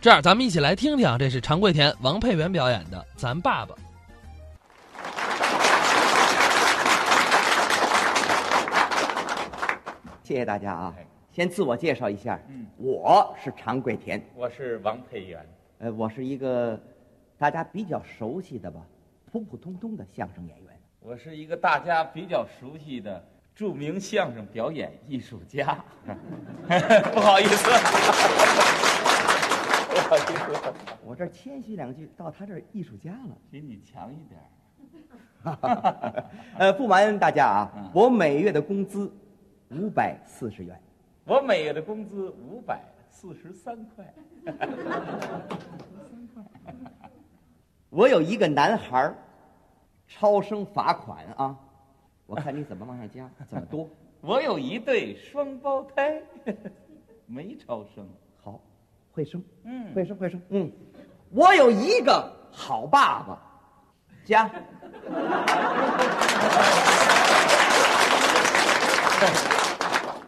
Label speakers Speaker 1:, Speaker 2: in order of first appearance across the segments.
Speaker 1: 这样，咱们一起来听听啊，这是常贵田、王佩元表演的《咱爸爸》。
Speaker 2: 谢谢大家啊
Speaker 3: 哎！
Speaker 2: 先自我介绍一下，
Speaker 3: 嗯
Speaker 2: 我是常贵田，
Speaker 3: 我是王佩元，
Speaker 2: 呃，我是一个大家比较熟悉的吧，普普通通的相声演员。
Speaker 3: 我是一个大家比较熟悉的著名相声表演艺术家。 不好意思， 不好意思，
Speaker 2: 我这儿谦虚两句，到他这儿艺术家了。
Speaker 3: 比你强一点儿。啊
Speaker 2: 呃，不瞒大家啊
Speaker 3: 嗯，
Speaker 2: 我每月的工资五百四十元，
Speaker 3: 我每月的工资五百四十三块。
Speaker 2: 我有一个男孩儿，超生罚款啊，我看你怎么往上加，怎么多。
Speaker 3: 我有一对双胞胎， 没超生。
Speaker 2: 好，会生，
Speaker 3: 嗯
Speaker 2: 会生，会生，嗯，我有一个好爸爸，加，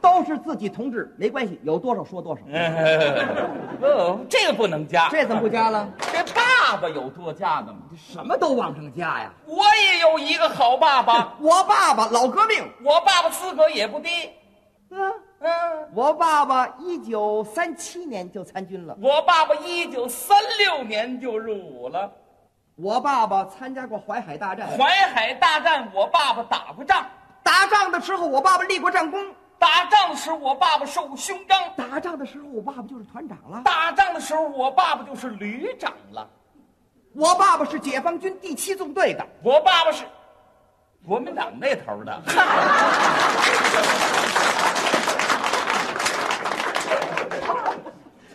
Speaker 2: 都是自己同志，没关系，有多少说多少，
Speaker 3: 嗯哦，这个不能加，
Speaker 2: 这怎么不加了？
Speaker 3: 这爸爸有多加的吗？
Speaker 2: 什么都往上加呀！
Speaker 3: 我也有一个好爸爸，
Speaker 2: 我爸爸老革命，
Speaker 3: 我爸爸资格也不低。
Speaker 2: 嗯、
Speaker 3: 嗯。
Speaker 2: 我爸爸一九三七年就参军了，
Speaker 3: 我爸爸一九三六年就入伍了，
Speaker 2: 我爸爸参加过淮海大战，
Speaker 3: 淮海大战我爸爸打过仗，
Speaker 2: 打仗的时候我爸爸立过战功，
Speaker 3: 打仗时我爸爸受过勋章，
Speaker 2: 打仗的时候我爸爸就是团长了。
Speaker 3: 打仗的时候我爸爸就是旅长了，
Speaker 2: 我爸爸是解放军第七纵队的，
Speaker 3: 我爸爸是国民党那头的。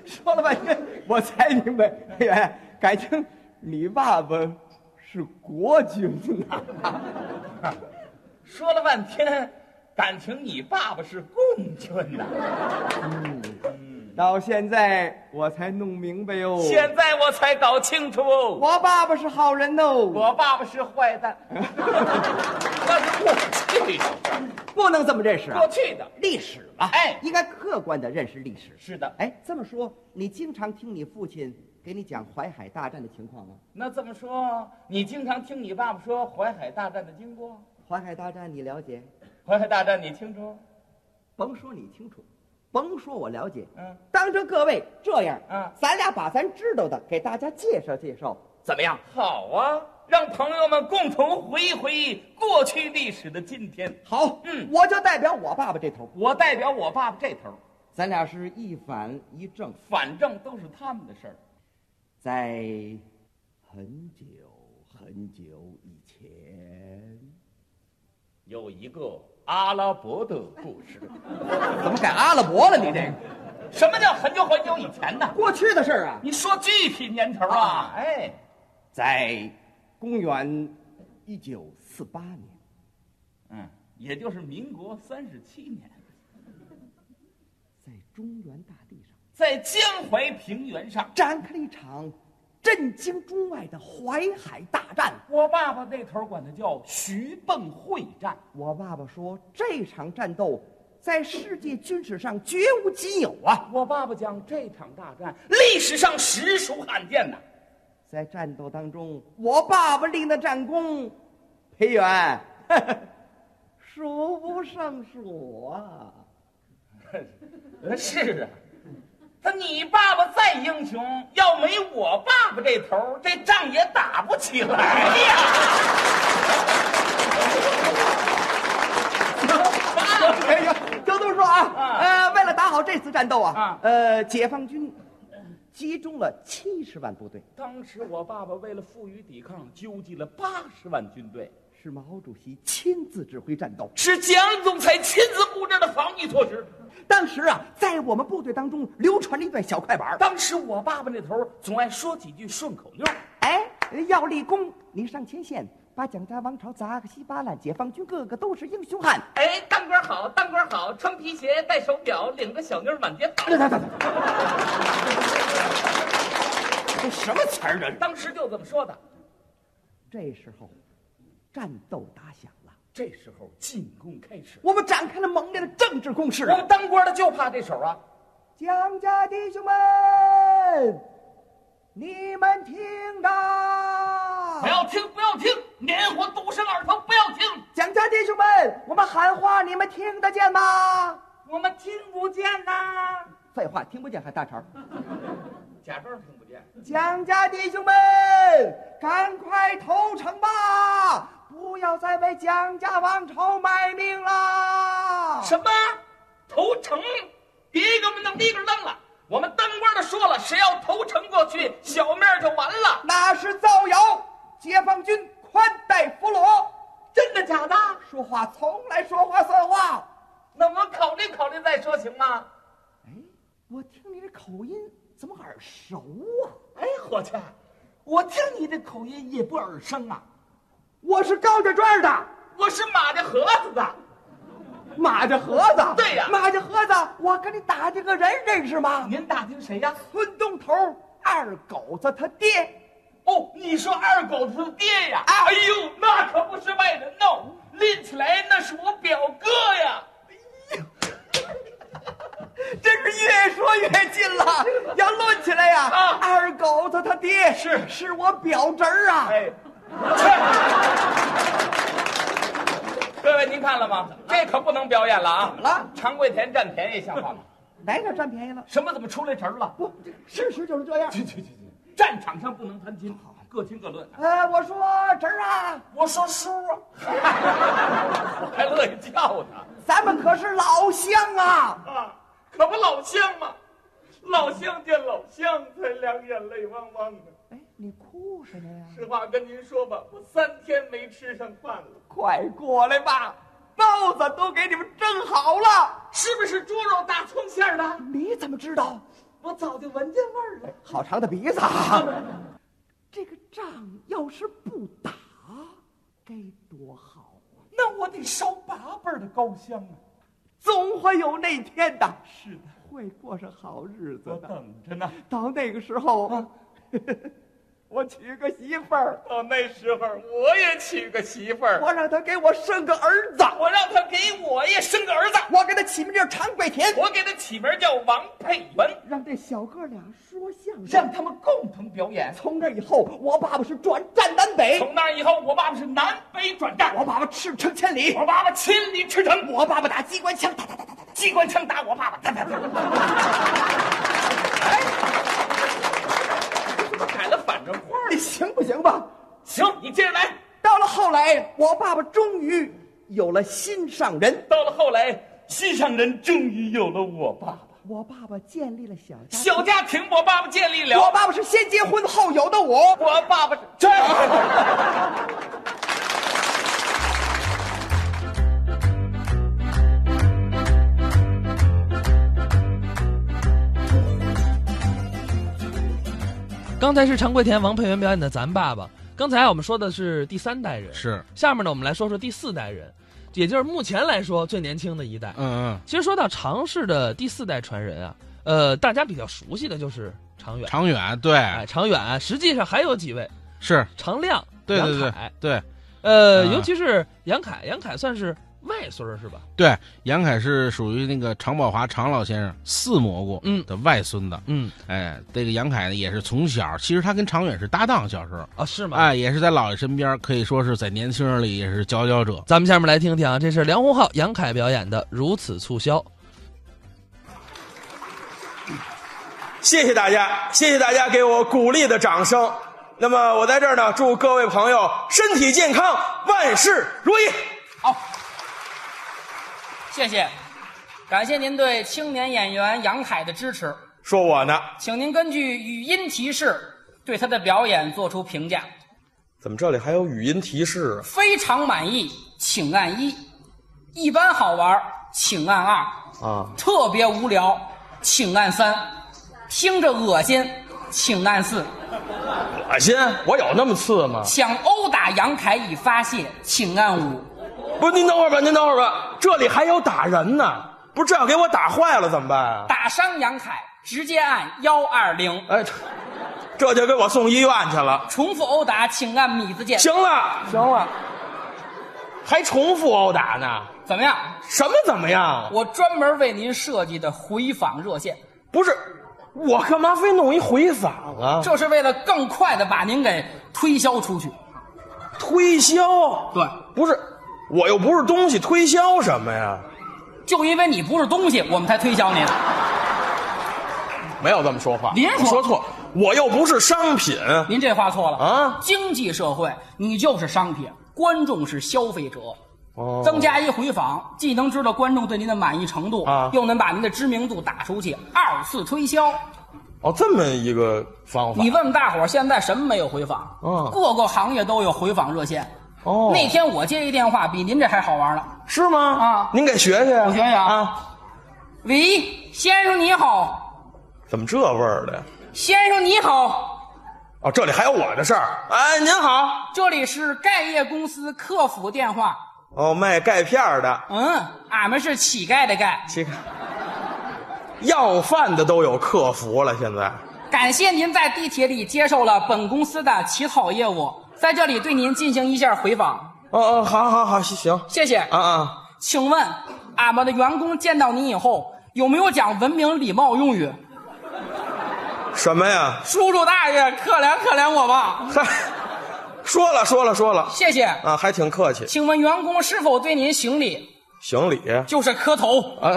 Speaker 2: 说了半天我才明白，哎呀，感情你爸爸是国军呐、
Speaker 3: 说了半天，感情你爸爸是共军呐、
Speaker 2: 到现在我才弄明白哟，
Speaker 3: 现在我才搞清楚，我
Speaker 2: 我爸爸是好人哦，
Speaker 3: 我爸爸是坏蛋，那是过去的，
Speaker 2: 不能这么认识啊
Speaker 3: 过，去的，
Speaker 2: 历史嘛，
Speaker 3: 哎
Speaker 2: 应该客观的认识历史。
Speaker 3: 是的。
Speaker 2: 哎，这么说，你经常听你父亲给你讲淮海大战的情况吗？
Speaker 3: 那这么说，你经常听你爸爸说淮海大战的经过？
Speaker 2: 淮海大战你了解？
Speaker 3: 淮海大战你清楚？
Speaker 2: 甭说你清楚，甭说我了解，
Speaker 3: 嗯，
Speaker 2: 当着各位这样，
Speaker 3: 嗯
Speaker 2: 咱俩把咱知道的给大家介绍介绍，怎么样？
Speaker 3: 好啊，让朋友们共同回忆回忆过去历史的今天。
Speaker 2: 好，
Speaker 3: 嗯
Speaker 2: 我就代表我爸爸这头，
Speaker 3: 我代表我爸爸这头，
Speaker 2: 咱俩是一反一正，
Speaker 3: 反正都是他们的事儿。
Speaker 2: 在很久很久以前，
Speaker 3: 有一个阿拉伯的故 事。
Speaker 2: 怎么改阿拉伯了？你这个
Speaker 3: 什么叫很久很久以前呢？
Speaker 2: 过去的事儿啊，
Speaker 3: 你说具体年头啊？哎，
Speaker 2: 在公元一九四八年，
Speaker 3: 嗯，也就是民国三十七年，
Speaker 2: 在中原大地上
Speaker 3: 在江淮平原上，
Speaker 2: 展开了一场震惊中外的淮海大战。
Speaker 3: 我爸爸那头管它叫徐蚌会战。
Speaker 2: 我爸爸说，这场战斗在世界军史上绝无仅有啊！
Speaker 3: 我爸爸讲这场大战历史上实属罕见呐。
Speaker 2: 在战斗当中，我爸爸立的战功，裴元 数不胜数啊！
Speaker 3: 是啊，他你爸爸再英雄，要没我爸爸这头儿，这仗也打不起来呀。爸爸
Speaker 2: 哎呀，就这么说啊，
Speaker 3: 啊
Speaker 2: 呃，为了打好这次战斗啊，
Speaker 3: 啊
Speaker 2: 呃，解放军集中了七十万部队，
Speaker 3: 当时我爸爸为了负隅抵抗，纠集了八十万军队，
Speaker 2: 是毛主席亲自指挥战斗。
Speaker 3: 是蒋总裁亲自布置的防御措施。
Speaker 2: 当时啊，在我们部队当中流传了一段小快板儿，
Speaker 3: 当时我爸爸那头儿总爱说几句顺口溜儿。
Speaker 2: 哎，要立功，你上前线，把蒋家王朝砸个稀巴烂，解放军个个都是英雄汉。
Speaker 3: 哎，当官好，当官好，穿皮鞋，戴手表，领着小妞儿满街跑。
Speaker 2: 这什么词儿这？
Speaker 3: 当时就这么说的。
Speaker 2: 这时候，战斗打响了，
Speaker 3: 这时候进攻开始，
Speaker 2: 我们展开了猛烈的政治攻势啊
Speaker 3: 我。们当官的就怕这手啊！
Speaker 2: 蒋家弟兄们，你们听着，
Speaker 3: 不要听，不要听，年火独生二头，不要听，
Speaker 2: 蒋家弟兄们，我们喊话，你们听得见吗？
Speaker 3: 我们听不见呐。
Speaker 2: 废话，听不见还搭茬儿。
Speaker 3: 假装听不见。
Speaker 2: 蒋家弟兄们，赶快投诚吧，不要再为蒋家王朝卖命啦！
Speaker 3: 什么？投诚？别给我们弄里个愣了。我们当官的说了，谁要投诚过去，小命就完了。
Speaker 2: 那是造谣！解放军宽待俘虏，
Speaker 3: 真的假的？
Speaker 2: 说话从来说话算话。
Speaker 3: 那我们考虑考虑再说，行吗？
Speaker 2: 哎，我听你这口音怎么耳熟啊？
Speaker 3: 哎，伙计，我听你这口音也不耳生啊。
Speaker 2: 我是高家庄的
Speaker 3: 我是马家盒子的，
Speaker 2: 马家盒子。
Speaker 3: 对呀
Speaker 2: 马家盒子，我跟你打听个人认识吗？
Speaker 3: 您打听谁呀？
Speaker 2: 村东头二狗子他爹。
Speaker 3: 哦，你说二狗子的爹呀？
Speaker 2: 啊
Speaker 3: 哎呦，那可不是外人哦，拎起来那是我表哥呀。
Speaker 2: 真是越说越近 了，要论起来呀、
Speaker 3: 啊
Speaker 2: 二狗子他爹
Speaker 3: 是
Speaker 2: 是我表侄儿啊，
Speaker 3: 哎， 各位您看了吗？这可不能表演了啊！怎
Speaker 2: 么了
Speaker 3: 常贵田占便宜像话吗？
Speaker 2: 哪点占便宜了？
Speaker 3: 什么怎么出来词儿了？
Speaker 2: 不，这事实就是这样。
Speaker 3: 去去去去！战场上不能谈心，各听各论。啊
Speaker 2: 呃，我说侄儿啊，
Speaker 3: 我说叔啊， 我还乐意叫呢。
Speaker 2: 咱们可是老乡啊，
Speaker 3: 啊，可不老乡吗？老乡见老乡，才两眼泪汪汪的。
Speaker 2: 哎，你哭什么呀？
Speaker 3: 实话跟您说吧，我三天没吃上饭了。
Speaker 2: 快过来吧，包子都给你们蒸好了。
Speaker 3: 是不是猪肉大葱馅儿的？
Speaker 2: 你怎么知道？
Speaker 3: 我早就闻见味儿了。
Speaker 2: 好长的鼻子啊！这个仗要是不打，该多好啊！
Speaker 3: 那我得烧八辈儿的高香啊！
Speaker 2: 总会有那天的。哦嗯
Speaker 3: 是的，
Speaker 2: 会过上好日子
Speaker 3: 我
Speaker 2: 的。
Speaker 3: 等着呢。
Speaker 2: 到那个时候， 我娶个媳妇儿，
Speaker 3: 到那时候我也娶个媳妇儿，
Speaker 2: 我让她给我生个儿子，
Speaker 3: 我让他给我也生个儿子，
Speaker 2: 我给他起名叫常贵田，
Speaker 3: 我给他起名叫王佩文，
Speaker 2: 让这小哥俩说相声。
Speaker 3: 让他们共同表演。
Speaker 2: 从这以后，我爸爸是转战南北，
Speaker 3: 从那以后，我爸爸是南北转战，
Speaker 2: 我爸爸驰骋千里，
Speaker 3: 我爸爸亲临驰骋，
Speaker 2: 我爸爸打机关枪，哒哒哒哒哒。
Speaker 3: 机关枪打我 爸爸，哒哒哒。哎，怎么改了反正话？
Speaker 2: 你行不行吧？
Speaker 3: 行，你接着来。
Speaker 2: 到了后来，我爸爸终于有了心上人，
Speaker 3: 到了后来，心上人终于有了我爸爸。
Speaker 2: 我爸爸建立了小家。
Speaker 3: 小家庭，我爸爸建立
Speaker 2: 我
Speaker 3: 了。
Speaker 2: 爸爸是先结婚后有的我，
Speaker 3: 我爸爸这，
Speaker 1: 刚才是常贵田、王佩元表演的《咱爸爸》，刚才啊我们说的是第三代人，
Speaker 4: 是，
Speaker 1: 下面呢，我们来说说第四代人，也就是目前来说最年轻的一代。
Speaker 4: 嗯嗯，
Speaker 1: 其实说到常氏的第四代传人啊，呃，大家比较熟悉的就是常远，
Speaker 4: 长远对
Speaker 1: 哎，常远啊，实际上还有几位，
Speaker 4: 是，
Speaker 1: 常亮、
Speaker 4: 对对
Speaker 1: 杨
Speaker 4: 对
Speaker 1: 凯，
Speaker 4: 对
Speaker 1: 呃，
Speaker 4: 啊
Speaker 1: 尤其是杨凯，杨凯算是外孙儿是吧？
Speaker 4: 对，杨凯是属于那个常宝华常老先生四蘑菇
Speaker 1: 嗯
Speaker 4: 的外孙子。
Speaker 1: 嗯，
Speaker 4: 哎，这个杨凯呢也是从小，其实他跟常远是搭档，小时候，
Speaker 1: 啊，是吗？
Speaker 4: 哎，也是在姥爷身边，可以说是在年轻人里也是佼佼者。
Speaker 1: 咱们下面来听听啊，这是梁鸿浩、杨凯表演的《如此促销》。
Speaker 5: 谢谢大家，谢谢大家给我鼓励的掌声。那么我在这儿呢，祝各位朋友身体健康，万事如意。
Speaker 6: 谢谢，感谢您对青年演员杨凯的支持，
Speaker 5: 说我呢，
Speaker 6: 请您根据语音提示对他的表演做出评价。
Speaker 5: 怎么这里还有语音提示啊？
Speaker 6: 非常满意，请按一；一般好玩，请按二；
Speaker 5: 啊，
Speaker 6: 特别无聊，请按三；听着恶心，请按四；
Speaker 5: 恶心，我有那么次吗？
Speaker 6: 想殴打杨凯以发泄，请按五。
Speaker 5: 不是，您等会儿吧，您等会儿吧，这里还有打人呢，不是这要给我打坏了怎么办啊？
Speaker 6: 打伤杨凯，直接按幺二零；
Speaker 5: 哎，这这就给我送医院去了。
Speaker 6: 重复殴打，请按米字键。
Speaker 5: 行了，行了，还重复殴打呢？
Speaker 6: 怎么样？
Speaker 5: 什么怎么样？
Speaker 6: 我专门为您设计的回访热线。
Speaker 5: 不是，我干嘛非弄一回访啊？
Speaker 6: 这是为了更快的把您给推销出去。
Speaker 5: 推销？啊
Speaker 6: 对，
Speaker 5: 不是，我又不是东西，推销什么呀？
Speaker 6: 就因为你不是东西，我们才推销您。
Speaker 5: 没有这么说话，
Speaker 6: 您说
Speaker 5: 我说错，我又不是商品。
Speaker 6: 您这话错了
Speaker 5: 啊
Speaker 6: 经济社会，你就是商品，观众是消费者。
Speaker 5: 哦
Speaker 6: 增加一回访，既能知道观众对您的满意程度
Speaker 5: 啊
Speaker 6: 又能把您的知名度打出去，二次推销。
Speaker 5: 哦，这么一个方法。
Speaker 6: 你问问大伙儿，现在什么没有回访？
Speaker 5: 嗯
Speaker 6: 各个行业都有回访热线。
Speaker 5: 哦，
Speaker 6: 那天我接一电话，比您这还好玩呢。
Speaker 5: 是吗？
Speaker 6: 啊
Speaker 5: 您给学学呀，
Speaker 6: 我学学啊
Speaker 5: 啊。
Speaker 6: 喂，先生你好，
Speaker 5: 怎么这味儿的呀？
Speaker 6: 先生你好，
Speaker 5: 哦，这里还有我的事儿。哎，您好。
Speaker 6: 这里是盖业公司客服电话。
Speaker 5: 哦，卖钙片儿的，
Speaker 6: 嗯，俺们是乞丐的丐，
Speaker 5: 乞丐，要饭的都有客服了，现在。
Speaker 6: 感谢您在地铁里接受了本公司的乞讨业务，在这里对您进行一下回访，
Speaker 5: 哦哦，好好好，行行
Speaker 6: 谢谢。
Speaker 5: 啊啊，
Speaker 6: 请问俺们的员工见到您以后有没有讲文明礼貌用语？
Speaker 5: 什么呀？
Speaker 6: 叔叔大爷，可怜可怜我吧，
Speaker 5: 嗨，说了说了说了
Speaker 6: 谢谢。
Speaker 5: 啊，还挺客气，
Speaker 6: 请问员工是否对您行礼？
Speaker 5: 行礼
Speaker 6: 就是磕头，
Speaker 5: 啊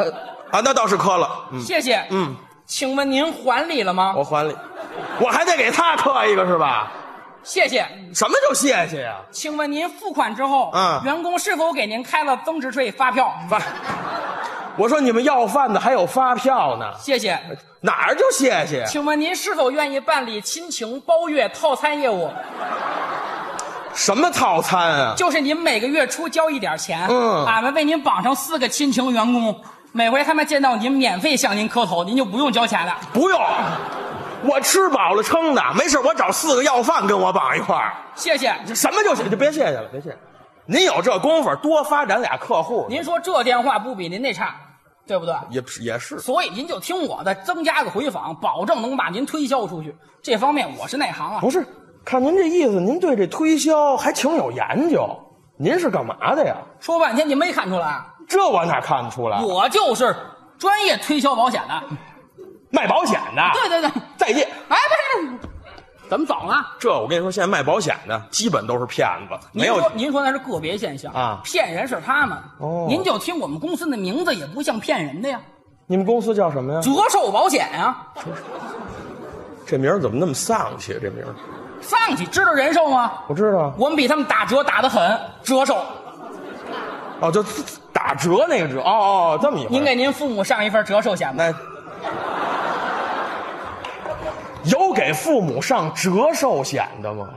Speaker 5: 啊，那倒是磕了，嗯
Speaker 6: 谢谢。
Speaker 5: 嗯，
Speaker 6: 请问您还礼了吗？
Speaker 5: 我还礼，我还得给他磕一个是吧？
Speaker 6: 谢谢。
Speaker 5: 什么叫谢谢呀？
Speaker 6: 请问您付款之后，
Speaker 5: 嗯
Speaker 6: 员工是否给您开了增值税发票？
Speaker 5: 发，我说你们要饭的还有发票呢，
Speaker 6: 谢谢。
Speaker 5: 哪儿就谢谢？
Speaker 6: 请问您是否愿意办理亲情包月套餐业务？
Speaker 5: 什么套餐啊？
Speaker 6: 就是您每个月初交一点钱，
Speaker 5: 嗯
Speaker 6: 俺们为您绑上四个亲情员工，每回他们见到您免费向您磕头，您就不用交钱了。
Speaker 5: 不用，我吃饱了撑的，没事，我找四个要饭跟我绑一块儿。
Speaker 6: 谢谢。
Speaker 5: 这什么就行，就别谢谢了，别谢谢。您有这功夫，多发展俩客户。
Speaker 6: 您说这电话不比您那差，对不对？
Speaker 5: 也是也是，
Speaker 6: 所以您就听我的，增加个回访，保证能把您推销出去。这方面我是内行啊。
Speaker 5: 不是？看您这意思，您对这推销还挺有研究。您是干嘛的呀？
Speaker 6: 说半天您没看出来啊，
Speaker 5: 这我哪看得出来？
Speaker 6: 我就是专业推销保险的。
Speaker 5: 卖保险的。
Speaker 6: 对对对，
Speaker 5: 再见。
Speaker 6: 哎，不是，怎么走了？
Speaker 5: 这我跟你说，现在卖保险的基本都是骗子，没
Speaker 6: 您
Speaker 5: 有
Speaker 6: 说您说那是个别现象
Speaker 5: 啊
Speaker 6: 骗人是他们。
Speaker 5: 哦
Speaker 6: 您就听我们公司的名字也不像骗人的呀，
Speaker 5: 你们公司叫什么呀？
Speaker 6: 折寿保险啊，
Speaker 5: 这名儿怎么那么丧气？这名儿
Speaker 6: 上去知道人寿吗？
Speaker 5: 我知道。
Speaker 6: 我们比他们打折打得很，折寿。
Speaker 5: 哦，就打折那个折。哦哦，这么一回事。
Speaker 6: 您给您父母上一份折寿险吧。
Speaker 5: 那有给父母上折寿险的吗？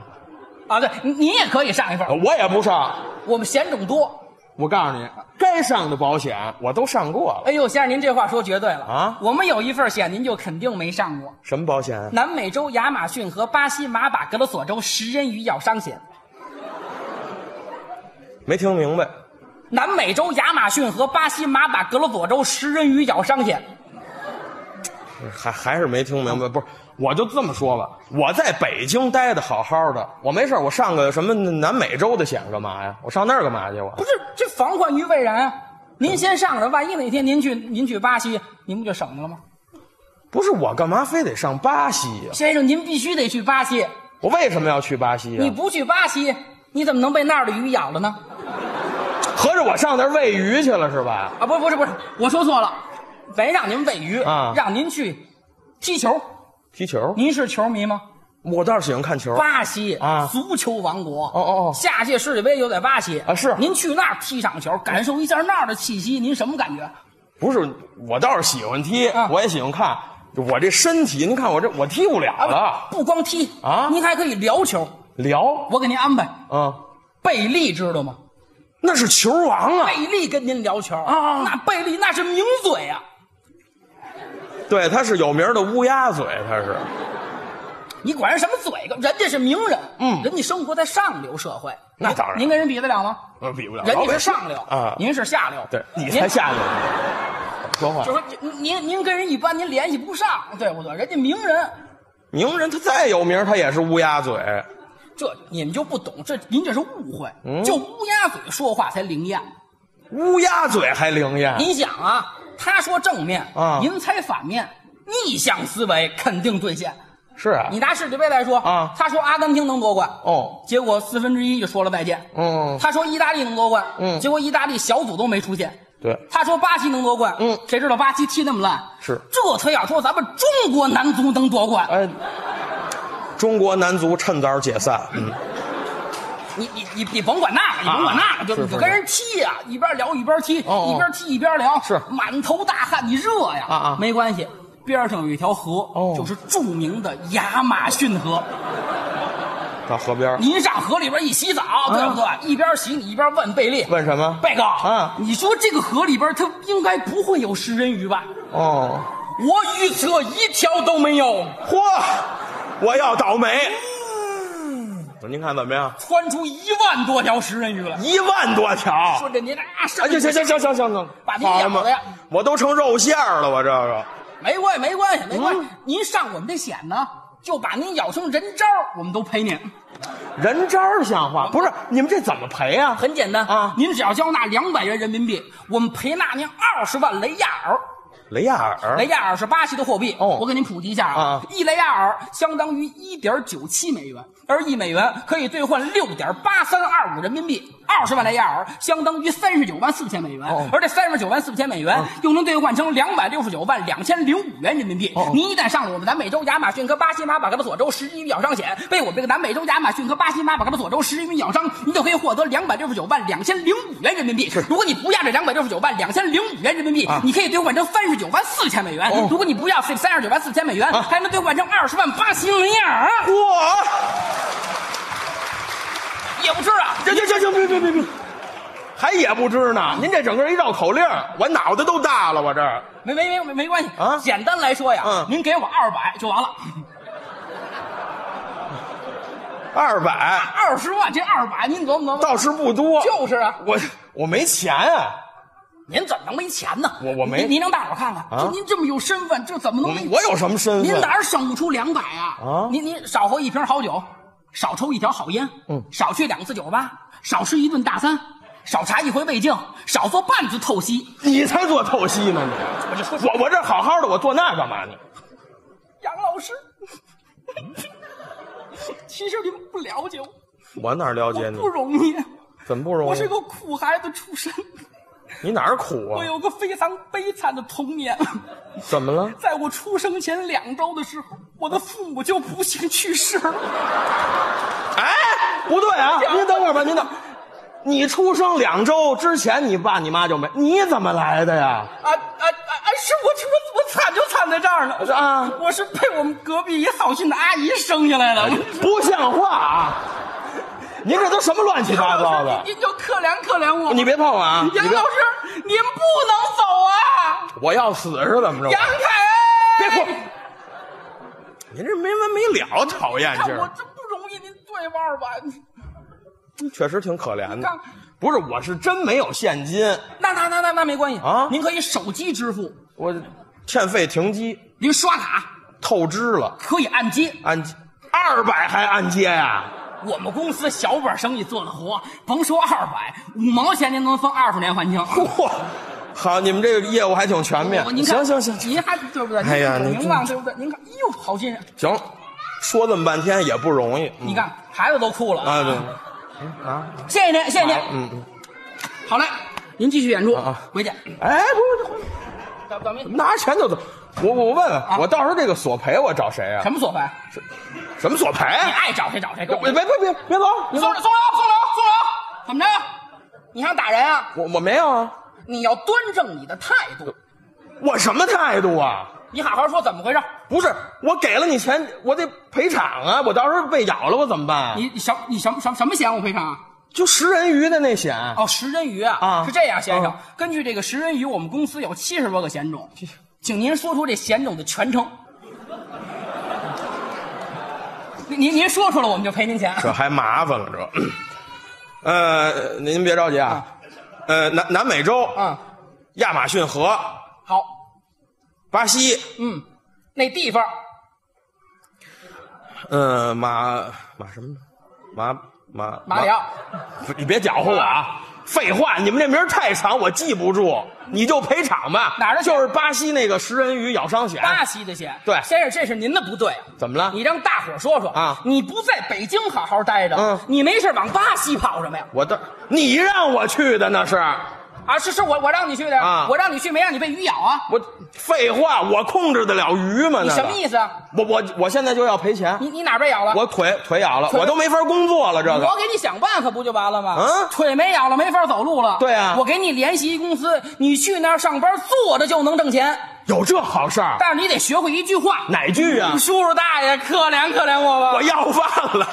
Speaker 6: 啊，对，您您也可以上一份，
Speaker 5: 我也不上。
Speaker 6: 我们险种多。
Speaker 5: 我告诉你，该上的保险我都上过了。
Speaker 6: 哎呦，先生，您这话说绝对了
Speaker 5: 啊
Speaker 6: 我们有一份险，您就肯定没上过。
Speaker 5: 什么保险？啊
Speaker 6: 南美洲亚马逊和巴西马把格罗索州食人鱼咬伤险。
Speaker 5: 没听明白。
Speaker 6: 南美洲亚马逊和巴西马把格罗索州食人鱼咬伤险。
Speaker 5: 还还是没听明白，不是，我就这么说吧，我在北京待的好好的，我没事儿我上个什么南美洲的险干嘛呀？我上那儿干嘛去？我
Speaker 6: 不是，这防患于未然啊！您先上着，万一哪天您去您去巴西，您不就省着了吗？
Speaker 5: 不是我干嘛非得上巴西呀、
Speaker 6: 先生，您必须得去巴西，
Speaker 5: 我为什么要去巴西呀、
Speaker 6: 你不去巴西，你怎么能被那儿的鱼咬了呢？
Speaker 5: 合着我上那儿喂鱼去了是吧？
Speaker 6: 啊，不，不是，不是，我说错了，没让您喂鱼
Speaker 5: 啊
Speaker 6: 让您去踢球。
Speaker 5: 踢球？
Speaker 6: 您是球迷吗？
Speaker 5: 我倒是喜欢看球。
Speaker 6: 巴西
Speaker 5: 啊
Speaker 6: 足球王国。
Speaker 5: 哦哦哦
Speaker 6: 下届世界杯就在巴西
Speaker 5: 啊是
Speaker 6: 您去那儿踢场球，感受一下那儿的气息，您什么感觉？
Speaker 5: 不是，我倒是喜欢踢，
Speaker 6: 啊
Speaker 5: 我也喜欢看。我这身体，您看我这我踢不了了。
Speaker 6: 不光踢
Speaker 5: 啊
Speaker 6: 您还可以聊球。
Speaker 5: 聊
Speaker 6: 我给您安排
Speaker 5: 啊，
Speaker 6: 贝利，知道吗？
Speaker 5: 那是球王啊！
Speaker 6: 贝利跟您聊球啊，那贝利那是名嘴啊呀、
Speaker 5: 对，他是有名的乌鸦嘴，他是
Speaker 6: 你管人什么嘴？人家是名人，
Speaker 5: 嗯
Speaker 6: 人家生活在上流社会，
Speaker 5: 那当然
Speaker 6: 您跟人比得了吗？
Speaker 5: 呃比不了
Speaker 6: 人
Speaker 5: 老
Speaker 6: 家
Speaker 5: 百
Speaker 6: 是
Speaker 5: 姓
Speaker 6: 上流
Speaker 5: 啊
Speaker 6: 您是下流，
Speaker 5: 对你
Speaker 6: 您
Speaker 5: 才下流，说话
Speaker 6: 就是您您跟人一般，您联系不上，对不对？人家名人，
Speaker 5: 名人，他再有名，他也是乌鸦嘴。
Speaker 6: 这你们就不懂，这您这是误会。
Speaker 5: 嗯
Speaker 6: 就乌鸦嘴说话才灵验，
Speaker 5: 啊乌鸦嘴还灵验
Speaker 6: 您想啊，他说正面
Speaker 5: 啊
Speaker 6: 您猜反面，逆向思维肯定兑现。
Speaker 5: 是啊，
Speaker 6: 你拿世界杯来说
Speaker 5: 啊
Speaker 6: 他说阿根廷能夺冠，
Speaker 5: 哦，
Speaker 6: 结果四分之一就说了再见。
Speaker 5: 嗯，
Speaker 6: 他说意大利能夺冠，
Speaker 5: 嗯
Speaker 6: 结果意大利小组都没出现。
Speaker 5: 对，
Speaker 6: 他说巴西能夺冠，
Speaker 5: 嗯
Speaker 6: 谁知道巴西踢那么烂？
Speaker 5: 是
Speaker 6: 这他要说咱们中国男足能夺冠，
Speaker 5: 哎，中国男足趁早解散，嗯，
Speaker 6: 你你你你甭管那个，你甭管
Speaker 5: 啊
Speaker 6: 那个，就是你就是跟人踢呀、一边聊一边踢，
Speaker 5: 哦哦
Speaker 6: 一边踢一边聊，
Speaker 5: 是
Speaker 6: 满头大汗，你热呀，
Speaker 5: 啊啊
Speaker 6: 没关系。边上有一条河，
Speaker 5: 哦
Speaker 6: 就是著名的亚马逊河。
Speaker 5: 到河边儿
Speaker 6: 您上河里边一洗澡，对不对？一边洗你一边问贝利，
Speaker 5: 啊问什么？
Speaker 6: 贝哥，
Speaker 5: 嗯
Speaker 6: 你说这个河里边它应该不会有食人鱼吧？
Speaker 5: 哦，
Speaker 6: 我预测一条都没有。
Speaker 5: 嚯，我要倒霉。您看怎么样？
Speaker 6: 窜出一万多条食人鱼来，
Speaker 5: 一万多条。
Speaker 6: 顺着您啊，上
Speaker 5: 哎，行行行行行行行，
Speaker 6: 把您
Speaker 5: 好
Speaker 6: 咬
Speaker 5: 嘛
Speaker 6: 了呀！
Speaker 5: 我都成肉馅儿了，我这个
Speaker 6: 没关系，没关系，没关系。您上我们这险呢，就把您咬成人渣儿，我们都赔您。
Speaker 5: 人渣儿像话不是？你们这怎么赔呀、
Speaker 6: 很简单
Speaker 5: 啊
Speaker 6: 您只要交纳两百元人民币，我们赔纳您二十万雷亚尔。
Speaker 5: 雷亚尔，
Speaker 6: 雷亚尔是巴西的货币，
Speaker 5: 哦
Speaker 6: 我给您普及一下
Speaker 5: 啊
Speaker 6: 一雷亚尔相当于一点九七美元，而一美元可以兑换六点八三二五人民币。二十万雷亚尔相当于三十九万四千美元，而这三十九万四千美元又能兑换成两百六十九万两千零五元人民币。您一旦上了我们南美洲亚马逊和巴西马马格巴索州十一鱼咬伤险，被我们这个南美洲亚马逊和巴西马马格巴索州十一鱼咬伤，您就可以获得两百六十九万两千零五元人民币。如果你不要这两百六十九万两千零五元人民币，
Speaker 5: 啊
Speaker 6: 你可以兑换成三十九万四千美元。
Speaker 5: 哦
Speaker 6: 如果你不要这三十九万四千美元，
Speaker 5: 啊
Speaker 6: 还能兑换成二十万巴西里尔。
Speaker 5: 嚯！
Speaker 6: 也不是啊，
Speaker 5: 行行行行，别别别别，还也不知呢。您这整个一绕口令儿，我脑袋都大了，我这儿
Speaker 6: 没没没没没关系
Speaker 5: 啊
Speaker 6: 简单来说呀，
Speaker 5: 嗯
Speaker 6: 您给我二百就完了，
Speaker 5: 二百
Speaker 6: 二十万这二百您琢磨琢磨。
Speaker 5: 倒是不多，
Speaker 6: 就是啊，
Speaker 5: 我我没钱啊，
Speaker 6: 您怎么能没钱呢？
Speaker 5: 我我没
Speaker 6: 您您让大伙儿看看，
Speaker 5: 啊
Speaker 6: 就您这么有身份，这怎么能
Speaker 5: 我
Speaker 6: 没？
Speaker 5: 我有什么身份？
Speaker 6: 您哪儿省不出两百啊？
Speaker 5: 啊
Speaker 6: 您您少喝一瓶好酒，少抽一条好烟，嗯，少去两次酒吧，少吃一顿大餐，少查一回胃镜，少做半次透析。
Speaker 5: 你才做透析呢你！我我这好好的，我做那干嘛呢？
Speaker 6: 杨老师， 其实你们不了解我，
Speaker 5: 我哪了
Speaker 6: 我不容易，
Speaker 5: 怎么不容啊
Speaker 6: 我是个苦孩子出身，
Speaker 5: 你哪儿苦啊
Speaker 6: 我有个非常悲惨的童年。
Speaker 5: 怎么了？
Speaker 6: 在我出生前两周的时候，我的父母就不幸去世了。啊
Speaker 5: 哎，不对啊！您等会儿吧，您等。你出生两周之前，你爸你妈就没，你怎么来的呀？
Speaker 6: 啊啊啊！啊是我出生，我惨就惨在这儿呢。
Speaker 5: 啊，
Speaker 6: 我是被我们隔壁一好心的阿姨生下
Speaker 5: 哎
Speaker 6: 来的。
Speaker 5: 不像话啊！您这都什么乱七八糟的？
Speaker 6: 您就可怜可怜 我。
Speaker 5: 你别碰我啊！你
Speaker 6: 杨
Speaker 5: 别
Speaker 6: 老，师，您不能走啊！
Speaker 5: 我要死是怎么着？
Speaker 6: 杨凯，
Speaker 5: 别哭！您这没完没了，讨厌劲
Speaker 6: 看
Speaker 5: 儿。
Speaker 6: 我这不容易，您对腕儿吧？
Speaker 5: 确实挺可怜
Speaker 6: 你
Speaker 5: 的
Speaker 6: 看。
Speaker 5: 不是，我是真没有现金，
Speaker 6: 那那那那那没关系
Speaker 5: 啊
Speaker 6: 您可以手机支付，
Speaker 5: 我欠费停机，
Speaker 6: 您刷卡
Speaker 5: 透支了，
Speaker 6: 可以按揭。
Speaker 5: 按二百还按揭呀、
Speaker 6: 我们公司小本生意做得活，甭说二百，五毛钱您能分二十年还清。哦
Speaker 5: 嚯，好，你们这个业务还挺全面
Speaker 6: 我您。看，
Speaker 5: 行行行
Speaker 6: 您还对不对？
Speaker 5: 哎呀
Speaker 6: 您
Speaker 5: 您
Speaker 6: 名望对不对？您看，哎呦，好心人！
Speaker 5: 行，说这么半天也不容易。
Speaker 6: 你看，孩子都哭了
Speaker 5: 啊，
Speaker 6: 啊！
Speaker 5: 对，
Speaker 6: 谢谢您，谢谢您。嗯嗯，好嘞，您继续演出
Speaker 5: 啊啊，
Speaker 6: 回去。
Speaker 5: 哎，不是，
Speaker 6: 怎怎么
Speaker 5: 拿钱就走。我我问
Speaker 6: 啊
Speaker 5: 问，我到时候这个索赔我找谁啊？
Speaker 6: 什么哎索赔？
Speaker 5: 什么索赔？
Speaker 6: 你爱找谁找谁，跟我
Speaker 5: 别别别别别走！
Speaker 6: 松手松手松手松手！怎么着？你想打人啊？
Speaker 5: 我我没有啊，
Speaker 6: 你要端正你的态度，
Speaker 5: 我什么态度啊？
Speaker 6: 你好好说怎么回事。
Speaker 5: 不是，我给了你钱，我得赔偿啊！我到时候被咬了，我怎么办、啊？
Speaker 6: 你你什么你什么什么什么嫌我赔偿啊？
Speaker 5: 就食人鱼的那险，
Speaker 6: 哦，食人鱼啊，
Speaker 5: 啊
Speaker 6: 是这样，先生，
Speaker 5: 啊
Speaker 6: 根据这个食人鱼，我们公司有七十多个险种，请您说出这险种的全称。您您您说出来，我们就赔您钱。
Speaker 5: 这还麻烦了这。 呃，您别着急啊，呃，南南美洲、
Speaker 6: 啊，
Speaker 5: 亚马逊河、
Speaker 6: 好，
Speaker 5: 巴西，
Speaker 6: 嗯，那地方
Speaker 5: 嗯、马马什么，马马
Speaker 6: 马里奥，
Speaker 5: 你别搅和我啊！废话，你们这名儿太长，我记不住，你就赔偿吧。
Speaker 6: 哪儿的钱
Speaker 5: 就是巴西那个食人鱼咬伤险。
Speaker 6: 巴西的钱，
Speaker 5: 对
Speaker 6: 先生，这是您的不对啊。
Speaker 5: 怎么了
Speaker 6: 你让大伙儿说说
Speaker 5: 啊
Speaker 6: 你不在北京好好待着，
Speaker 5: 嗯
Speaker 6: 你没事往巴西跑什么呀？
Speaker 5: 我的，你让我去的那是，
Speaker 6: 啊，是是我我让你去的
Speaker 5: 啊
Speaker 6: 我让你去没让你被鱼咬啊？
Speaker 5: 我废话，我控制得了鱼吗？
Speaker 6: 你
Speaker 5: 那
Speaker 6: 什么意
Speaker 5: 思？
Speaker 6: 思啊？
Speaker 5: 我我我现在就要赔钱，
Speaker 6: 你你哪儿被咬了？
Speaker 5: 我腿腿咬了，
Speaker 6: 腿
Speaker 5: 我都没法工作了，这个
Speaker 6: 我给你想办法不就完了吗？
Speaker 5: 嗯
Speaker 6: 腿没咬了，没法走路了。
Speaker 5: 对啊
Speaker 6: 我给你联系一公司，你去那儿上班，坐着就能挣钱，
Speaker 5: 有这好事儿？
Speaker 6: 但是你得学会一句话。
Speaker 5: 哪句啊？
Speaker 6: 叔叔大爷，可怜可怜我吧。
Speaker 5: 我要饭了，